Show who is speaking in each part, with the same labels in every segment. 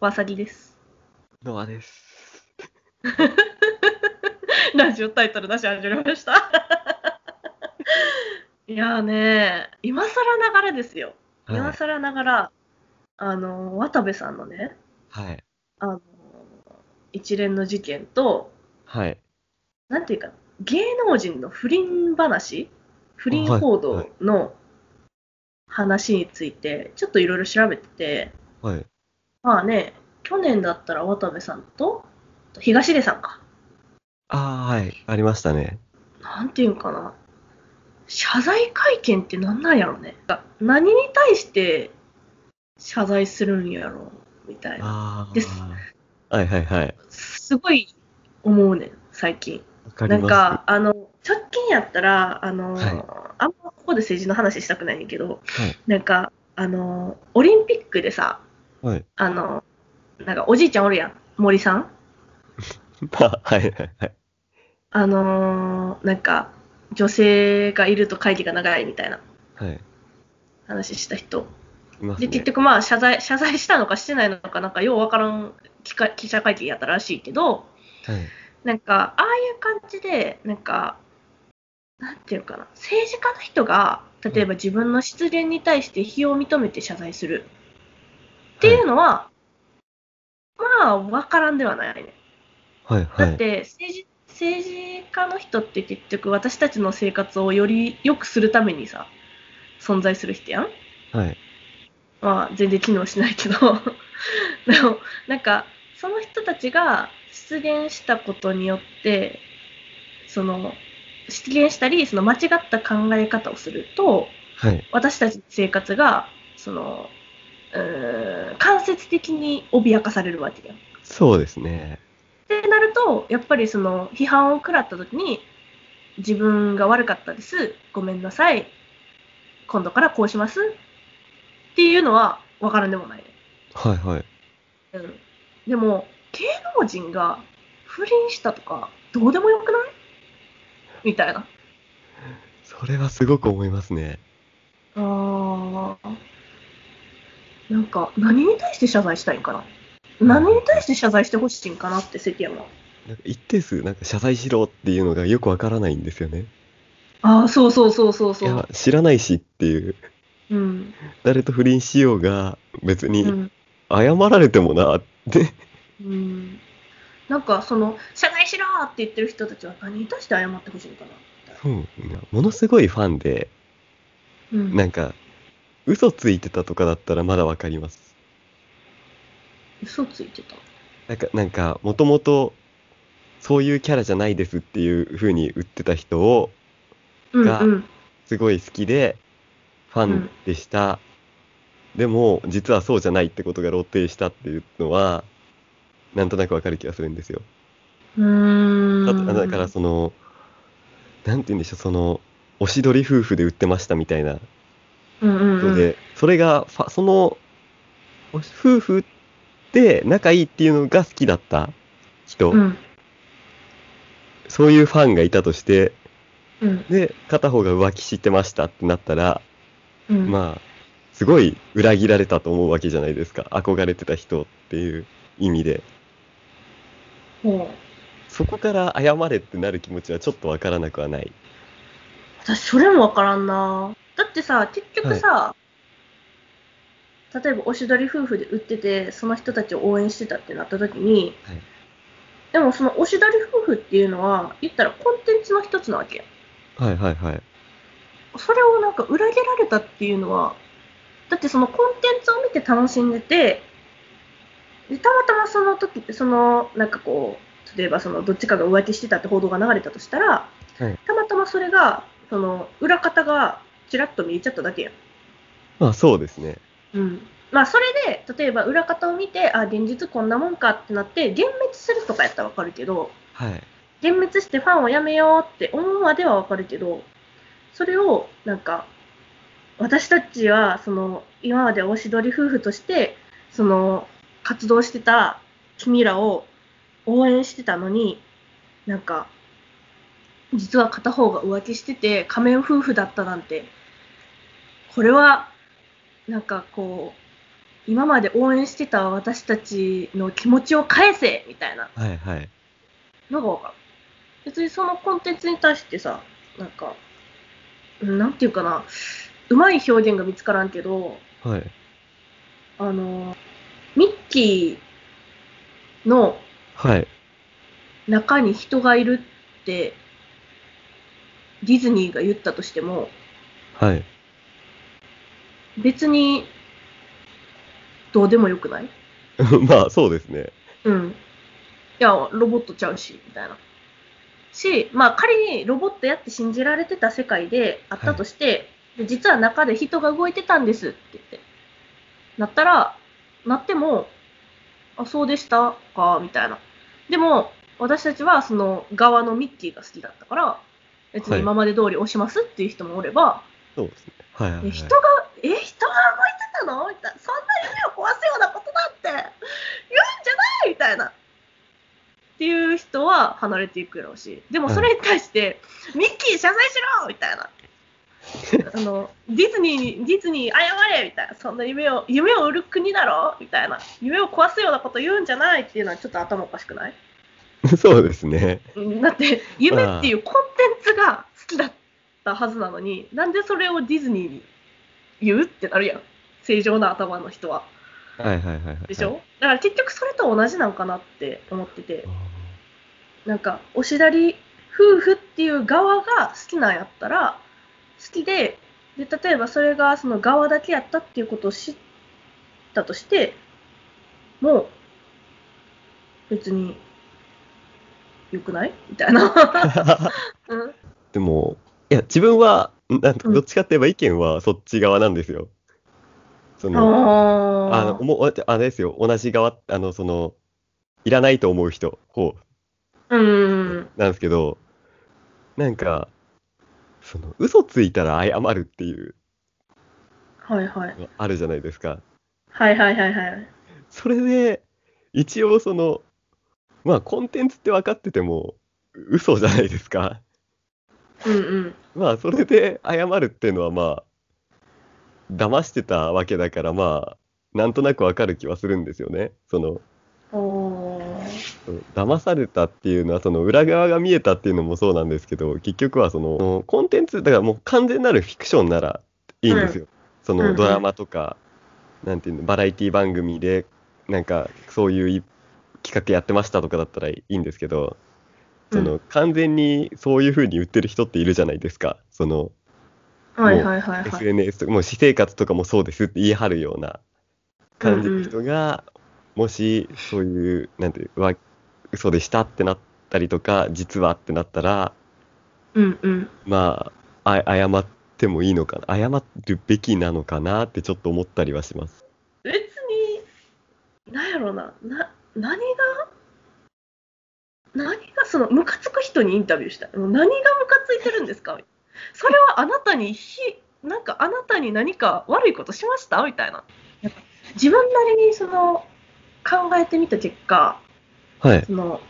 Speaker 1: わさぎです。
Speaker 2: ノアです。
Speaker 1: ラジオタイトル出し始めました。 いやーねー、今更ながらですよ。
Speaker 2: は
Speaker 1: 今
Speaker 2: い。
Speaker 1: 更ながら、あのー、渡部さんのね、
Speaker 2: はい。
Speaker 1: あのー、一連の事件と、
Speaker 2: はい。
Speaker 1: なんていうか、芸能人の不倫話、不倫報道の話について、ちょっといろいろ調べてて、
Speaker 2: はい。
Speaker 1: まあね、去年だったら渡部さんと、あと東出さんか。
Speaker 2: ああ、はい。ありましたね。
Speaker 1: なんていうんかな。謝罪会見ってなんなんやろね。何に対して謝罪するんやろみたいな。
Speaker 2: ああ。
Speaker 1: です
Speaker 2: はいはいはい。
Speaker 1: すごい思うねん、最近。
Speaker 2: わか
Speaker 1: な
Speaker 2: り
Speaker 1: ん
Speaker 2: ます。
Speaker 1: か、あの、直近やったら、あの、
Speaker 2: はい
Speaker 1: あんまここで政治の話したくないねんけど、
Speaker 2: はい。
Speaker 1: なんか、あの、オリンピックでさ、
Speaker 2: はい。
Speaker 1: あの、なんかおじいちゃんおるやん、森さん。
Speaker 2: あはいはいはい。
Speaker 1: あのーなんか、女性がいると会議が長いみたいな
Speaker 2: はい。
Speaker 1: 話した人。
Speaker 2: います
Speaker 1: で、
Speaker 2: ね。
Speaker 1: 結局まあ、謝罪、謝罪したのかしてないのか、なんかようわからん記か記者会見やったらしいけど、
Speaker 2: はい。
Speaker 1: なんか、ああいう感じで、なんか、なんていうかな、政治家の人が、例えば自分の失言に対して非を認めて謝罪するっていうのは、まあ、わからんではないね。
Speaker 2: はいは
Speaker 1: だっ
Speaker 2: い。
Speaker 1: て政治、政治家の人って結局私たちの生活をより良くするためにさ存在する人やん
Speaker 2: はい。
Speaker 1: まあ全然機能しないけど でもなんかその人たちが出現したことによってその出現したりその間違った考え方をすると
Speaker 2: はい。
Speaker 1: 私たちの生活がそのうーん間接的に脅かされるわけやん。
Speaker 2: そうですね。
Speaker 1: ってなるとやっぱりその批判を食らった時に自分が悪かったですごめんなさい今度からこうしますっていうのは分からんでもないね、
Speaker 2: はいはい。
Speaker 1: うん、でも芸能人が不倫したとかどうでもよくないみたいな
Speaker 2: それはすごく思いますね。
Speaker 1: あーなんか何に対して謝罪したいんかな何に対して謝罪してほしいんかなって世間は
Speaker 2: なんか一定数、なんか謝罪しろっていうのがよくわからないんですよね。
Speaker 1: ああそうそうそうそう
Speaker 2: い
Speaker 1: そ
Speaker 2: や
Speaker 1: う、
Speaker 2: 知らないしっていう。
Speaker 1: うん
Speaker 2: 誰と不倫しようが、別
Speaker 1: う
Speaker 2: に
Speaker 1: ん、
Speaker 2: 謝られてもなって。
Speaker 1: うんなんかその謝罪しろーって言ってる人たちは何に対して謝ってほしいのかな
Speaker 2: そうものすごいファンで、
Speaker 1: うん
Speaker 2: なんか、嘘ついてたとかだったらまだわかります。
Speaker 1: 嘘ついてた
Speaker 2: なんか、なんか、もともと、そういうキャラじゃないですっていう風に売ってた人を、
Speaker 1: うん
Speaker 2: が
Speaker 1: うん
Speaker 2: すごい好きで、ファンでした。でも、実はそうじゃないってことが露呈したっていうのは、なんとなくわかる気がするんですよ。
Speaker 1: うー
Speaker 2: だ
Speaker 1: ん
Speaker 2: だから、その、なんて言うんでしょう、その、おしどり夫婦で売ってましたみたいな
Speaker 1: うんうんう
Speaker 2: の
Speaker 1: ん、
Speaker 2: で、それがファ、その、お夫婦って仲いいっていうのが好きだった人、
Speaker 1: うん
Speaker 2: そういうファンがいたとして、
Speaker 1: うん
Speaker 2: で、片方が浮気してましたってなったら、
Speaker 1: うん
Speaker 2: まあ、すごい裏切られたと思うわけじゃないですか。憧れてた人っていう意味で。
Speaker 1: ほう
Speaker 2: そこから謝れってなる気持ちはちょっとわからなくはない。
Speaker 1: 私それも分からんなだってさ結局さ、例えばおしどり夫婦で売っててその人たちを応援してたってなった時に、
Speaker 2: はい
Speaker 1: でもそのおしどり夫婦っていうのは言ったらコンテンツの一つなわけやん
Speaker 2: はいはいはい。
Speaker 1: それをなんか裏切られたっていうのはだってそのコンテンツを見て楽しんでてでたまたまその時そのなんかこう例えばそのどっちかが浮気してたって報道が流れたとしたら、
Speaker 2: はい
Speaker 1: たまたまそれがその裏方がちらっと見えちゃっただけやん、
Speaker 2: まあそうですね。
Speaker 1: うんまあ、それで例えば裏方を見てあ現実こんなもんかってなって幻滅するとかやったらわかるけど
Speaker 2: はい。
Speaker 1: 幻滅してファンをやめようって思うまではわかるけどそれをなんか私たちはその今までおしどり夫婦としてその活動してた君らを応援してたのになんか実は片方が浮気してて仮面夫婦だったなんてこれはなんかこう今まで応援してた私たちの気持ちを返せみたいな
Speaker 2: はいはい。
Speaker 1: のが分かる。別にそのコンテンツに対してさ、なんか、うんなんていうかな、うまい表現が見つからんけど、
Speaker 2: はい。
Speaker 1: あの、ミッキーの
Speaker 2: はい。
Speaker 1: 中に人がいるって、ディズニーが言ったとしても、
Speaker 2: はい。
Speaker 1: 別に、どうでもよくない
Speaker 2: まあ、そうですね。
Speaker 1: うん。いや、ロボットちゃうし、みたいな。し、まあ仮にロボットやって信じられてた世界であったとして、で実は中で人が動いてたんですって言って。なったら、なっても、あ、そうでしたか、みたいな。でも、私たちはその側のミッキーが好きだったから、別
Speaker 2: は
Speaker 1: に
Speaker 2: い
Speaker 1: 今まで通り押しますっていう人もおれば、
Speaker 2: そうですね。はいはい、は
Speaker 1: え
Speaker 2: い。
Speaker 1: 人が、え、人が動いてたのみたいな。そんな夢を壊すようなことなんて言うんじゃないみたいな。っていう人は離れていくやろうし、でもそれに対して、ミッキー謝罪しろみたいな。あのディズニーに、ディズニー謝れみたいな。そんな夢を、夢を売る国だろみたいな。夢を壊すようなこと言うんじゃないっていうのはちょっと頭おかしくない
Speaker 2: そうですね。
Speaker 1: うんだって、夢っていうコンテンツが好きだったはずなのに、なんでそれをディズニーに言うってなるやん。正常な頭の人は。
Speaker 2: はいはいはい、はい。
Speaker 1: でしょ、だから結局それと同じなんかなって思ってて
Speaker 2: あ、
Speaker 1: なんか、おしだり夫婦っていう側が好きなんやったら、好きで、で、例えばそれがその側だけやったっていうことを知ったとして、もう、別に、良くないみたいな。
Speaker 2: ー
Speaker 1: うん
Speaker 2: でも、いや、自分は、なん
Speaker 1: うん
Speaker 2: どっちかって言えば意見はそっち側なんですよ。その、あ
Speaker 1: あ
Speaker 2: の、もう、あれですよ、同じ側、あの、その、いらないと思う人、方
Speaker 1: あ、うん。
Speaker 2: なんですけど、なんか、その、嘘ついたら謝るっていう
Speaker 1: はいはい。
Speaker 2: のあるじゃないですか。
Speaker 1: はいはいはいはい。
Speaker 2: それで、一応その、まあ、コンテンツって分かってても、嘘じゃないですか。
Speaker 1: うんうん。
Speaker 2: まあ、それで謝るっていうのは、まあ、騙してたわけだから、まあ、なんとなく分かる気はするんですよね。その、
Speaker 1: おー
Speaker 2: 騙されたっていうのはその裏側が見えたっていうのもそうなんですけど結局はそのコンテンツだからもう完全なるフィクションならいいんですよ、そ
Speaker 1: うんう
Speaker 2: の
Speaker 1: ん
Speaker 2: ドラマとか、なんていうのバラエティ番組でなんかそういうい企画やってましたとかだったらいいんですけどその、
Speaker 1: う
Speaker 2: 完全にそういう風に言ってる人っているじゃないですかその
Speaker 1: はいはいはいはい。
Speaker 2: SNS とかもう私生活とかもそうですって言い張るような感じの人が、もしそういうなんていうわ嘘でしたってなったりとか実はってなったら
Speaker 1: うんうん。
Speaker 2: まああ謝ってもいいのかな謝るべきなのかなってちょっと思ったりはします。
Speaker 1: 別に、なんやろな、な、何が、何がその、ムカつく人にインタビューしたい。もう何がムカついてるんですかそれはあなたにひ、なんかあなたに何か悪いことしましたみたいな。自分なりにその、考えてみた結果、
Speaker 2: はい
Speaker 1: その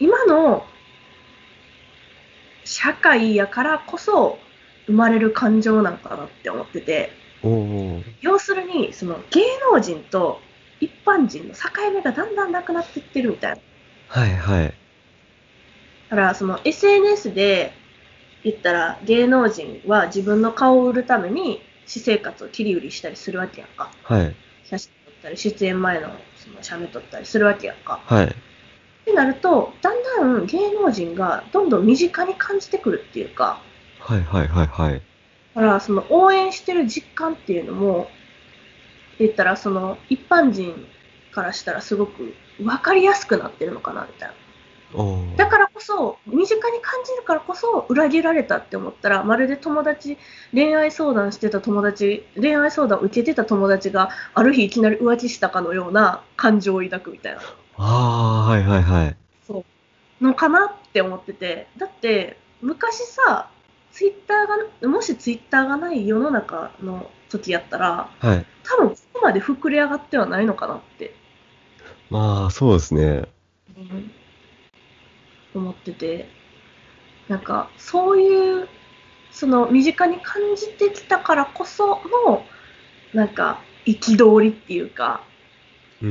Speaker 1: 今の社会やからこそ生まれる感情なんかなって思ってて
Speaker 2: おー
Speaker 1: 要するにその芸能人と一般人の境目がだんだんなくなっていってるみたいなだ
Speaker 2: はいはい
Speaker 1: からその SNS で言ったら芸能人は自分の顔を売るために私生活を切り売りしたりするわけやんか
Speaker 2: はい
Speaker 1: 写真撮ったり出演前のその写メ撮ったりするわけやんか
Speaker 2: はい
Speaker 1: ってなるとだんだん芸能人がどんどん身近に感じてくるっていうか
Speaker 2: はいはいはいはい
Speaker 1: だからその応援してる実感っていうのも言ったらその一般人からしたらすごく分かりやすくなってるのかなみたいな
Speaker 2: おー
Speaker 1: だからこそ身近に感じるからこそ裏切られたって思ったらまるで友達恋愛相談してた友達恋愛相談を受けてた友達がある日いきなり浮気したかのような感情を抱くみたいな
Speaker 2: ああはいはいはい
Speaker 1: そうのかなって思っててだって昔さツイッターがもしツイッターがない世の中の時やったら
Speaker 2: はい
Speaker 1: 多分そこまで膨れ上がってはないのかなって、
Speaker 2: まあそうですね
Speaker 1: 思っててなんかそういうその身近に感じてきたからこそのなんか憤りっていうか、
Speaker 2: うんうんうん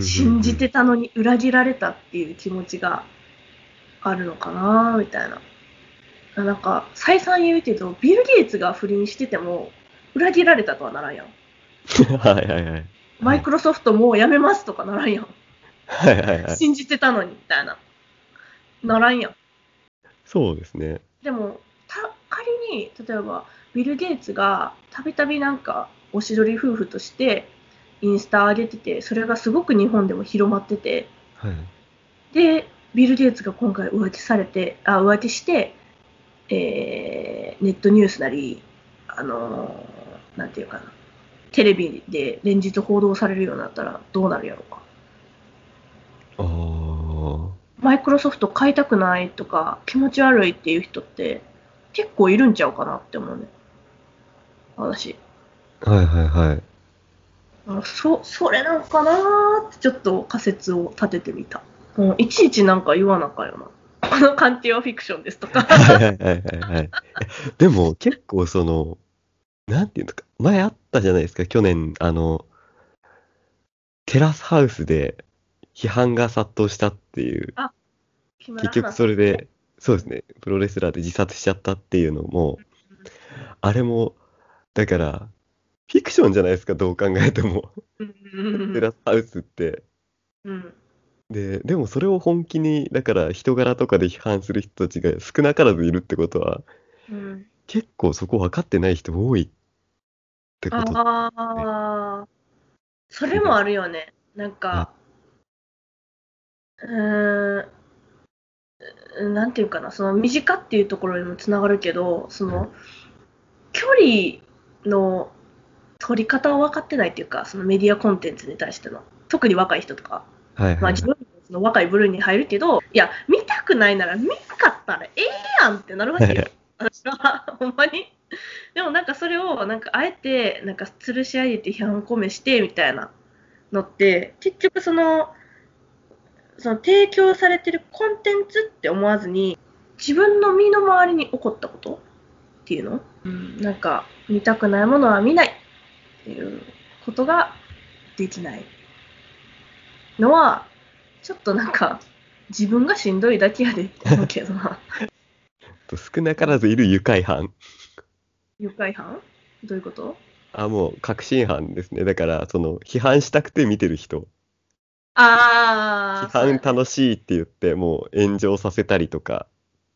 Speaker 1: 信じてたのに裏切られたっていう気持ちがあるのかなみたいな。なんか、再三言うけど、ビル・ゲイツが不倫してても、裏切られたとはならんやん。
Speaker 2: はいはいはい。
Speaker 1: マイクロソフトもうやめますとかならんやん。
Speaker 2: はいはいはい。
Speaker 1: 信じてたのに、みたいな。ならんやん。
Speaker 2: そうですね。
Speaker 1: でも、た仮に、例えば、ビル・ゲイツがたびたびなんか、おしどり夫婦として、インスタ上げてて、それがすごく日本でも広まってて、
Speaker 2: はい。
Speaker 1: で、ビル・ゲイツが今回浮気されて、あ、浮気して、えーネットニュースなり、あのーなんていうかな、テレビで連日報道されるようになったらどうなるやろうか。
Speaker 2: ああ。
Speaker 1: マイクロソフト買いたくないとか、気持ち悪いっていう人って結構いるんちゃうかなって思うね。私。
Speaker 2: はいはいはい。
Speaker 1: あそ、それなんかなーってちょっと仮説を立ててみた。もういちいちなんか言わなあかんよな。この鑑定はフィクションですとか。
Speaker 2: はいはいはいはいはい。でも結構その、なんていうのか、前あったじゃないですか、去年、あの、テラスハウスで批判が殺到したっていう、
Speaker 1: 木村
Speaker 2: 結
Speaker 1: 花
Speaker 2: 局それで、そうですね、プロレスラーで自殺しちゃったっていうのも、あれも、だから、フィクションじゃないですか、どう考えても。
Speaker 1: うんうんうん
Speaker 2: テラスハウスって。
Speaker 1: うん
Speaker 2: で、でもそれを本気に、だから人柄とかで批判する人たちが少なからずいるってことは、
Speaker 1: うん
Speaker 2: 結構そこ分かってない人多いってことあ
Speaker 1: ああ、それもあるよね。なんか、うーん、なんていうかな、その身近っていうところにもつながるけど、その、距離の取り方を分かってないっていうか、そのメディアコンテンツに対しての、特に若い人とか、
Speaker 2: はい
Speaker 1: ま
Speaker 2: は
Speaker 1: あ
Speaker 2: い
Speaker 1: 自分たちの若い部類に入るけど、いや、見たくないなら見なかったらええやんってなるわけよ。私は、ほんまに。でもなんかそれを、なんかあえて、なんか吊るし上げて批判を込めしてみたいなのって、結局その、その提供されてるコンテンツって思わずに、自分の身の回りに起こったことっていうの、うん、なんか見たくないものは見ないっていうことができないのは、ちょっとなんか、自分がしんどいだけやでって思うけどな。
Speaker 2: と少なからずいる愉快犯
Speaker 1: 誘拐犯どういうこと
Speaker 2: あもう確信犯ですねだからその批判したくて見てる人批
Speaker 1: ああ、
Speaker 2: 判楽しいって言ってもう炎上させたりとか、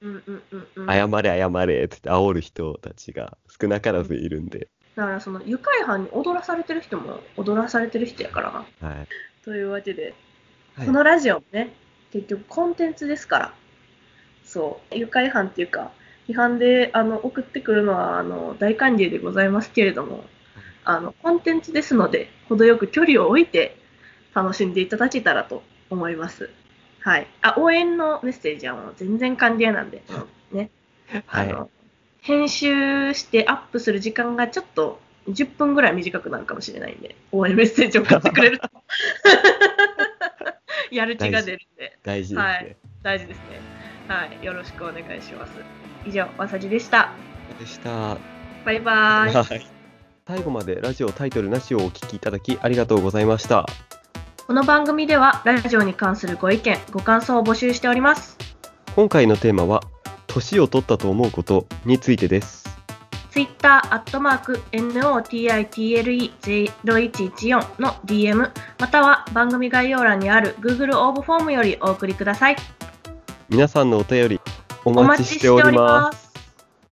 Speaker 1: うんうんうんうん。
Speaker 2: 謝れ謝れって言って煽る人たちが少なからずいるんで、
Speaker 1: だからその愉快犯に踊らされてる人も踊らされてる人やからな。
Speaker 2: はい、
Speaker 1: というわけで、
Speaker 2: はい
Speaker 1: このラジオもね、結局コンテンツですから。そう、愉快犯っていうか、批判であの送ってくるのはあの大歓迎でございますけれども、あのコンテンツですので、程よく距離を置いて楽しんでいただけたらと思います。はい。あ、応援のメッセージはもう全然歓迎なんで、ね。あの、
Speaker 2: は
Speaker 1: 編集してアップする時間がちょっと10分ぐらい短くなるかもしれないんで、応援メッセージを送ってくれると。 やる気が出るんで、
Speaker 2: 大事ですね、
Speaker 1: はい大事ですね。はい。よろしくお願いします。以上、わさぎでした。
Speaker 2: でした
Speaker 1: バイバーイ。
Speaker 2: はい最後までラジオタイトルなしをお聞きいただきありがとうございました
Speaker 1: この番組では、ラジオに関するご意見、ご感想を募集しております。
Speaker 2: 今回のテーマは年を取ったと思うことについてです
Speaker 1: ツイッターアットマーク NOTITLE0114 の DM または番組概要欄にある Google 応募フォームよりお送りください。
Speaker 2: 皆さんのお便りお
Speaker 1: お
Speaker 2: 待
Speaker 1: 待
Speaker 2: ち
Speaker 1: ち
Speaker 2: し
Speaker 1: してて
Speaker 2: お
Speaker 1: お
Speaker 2: り
Speaker 1: り
Speaker 2: ま
Speaker 1: ますす。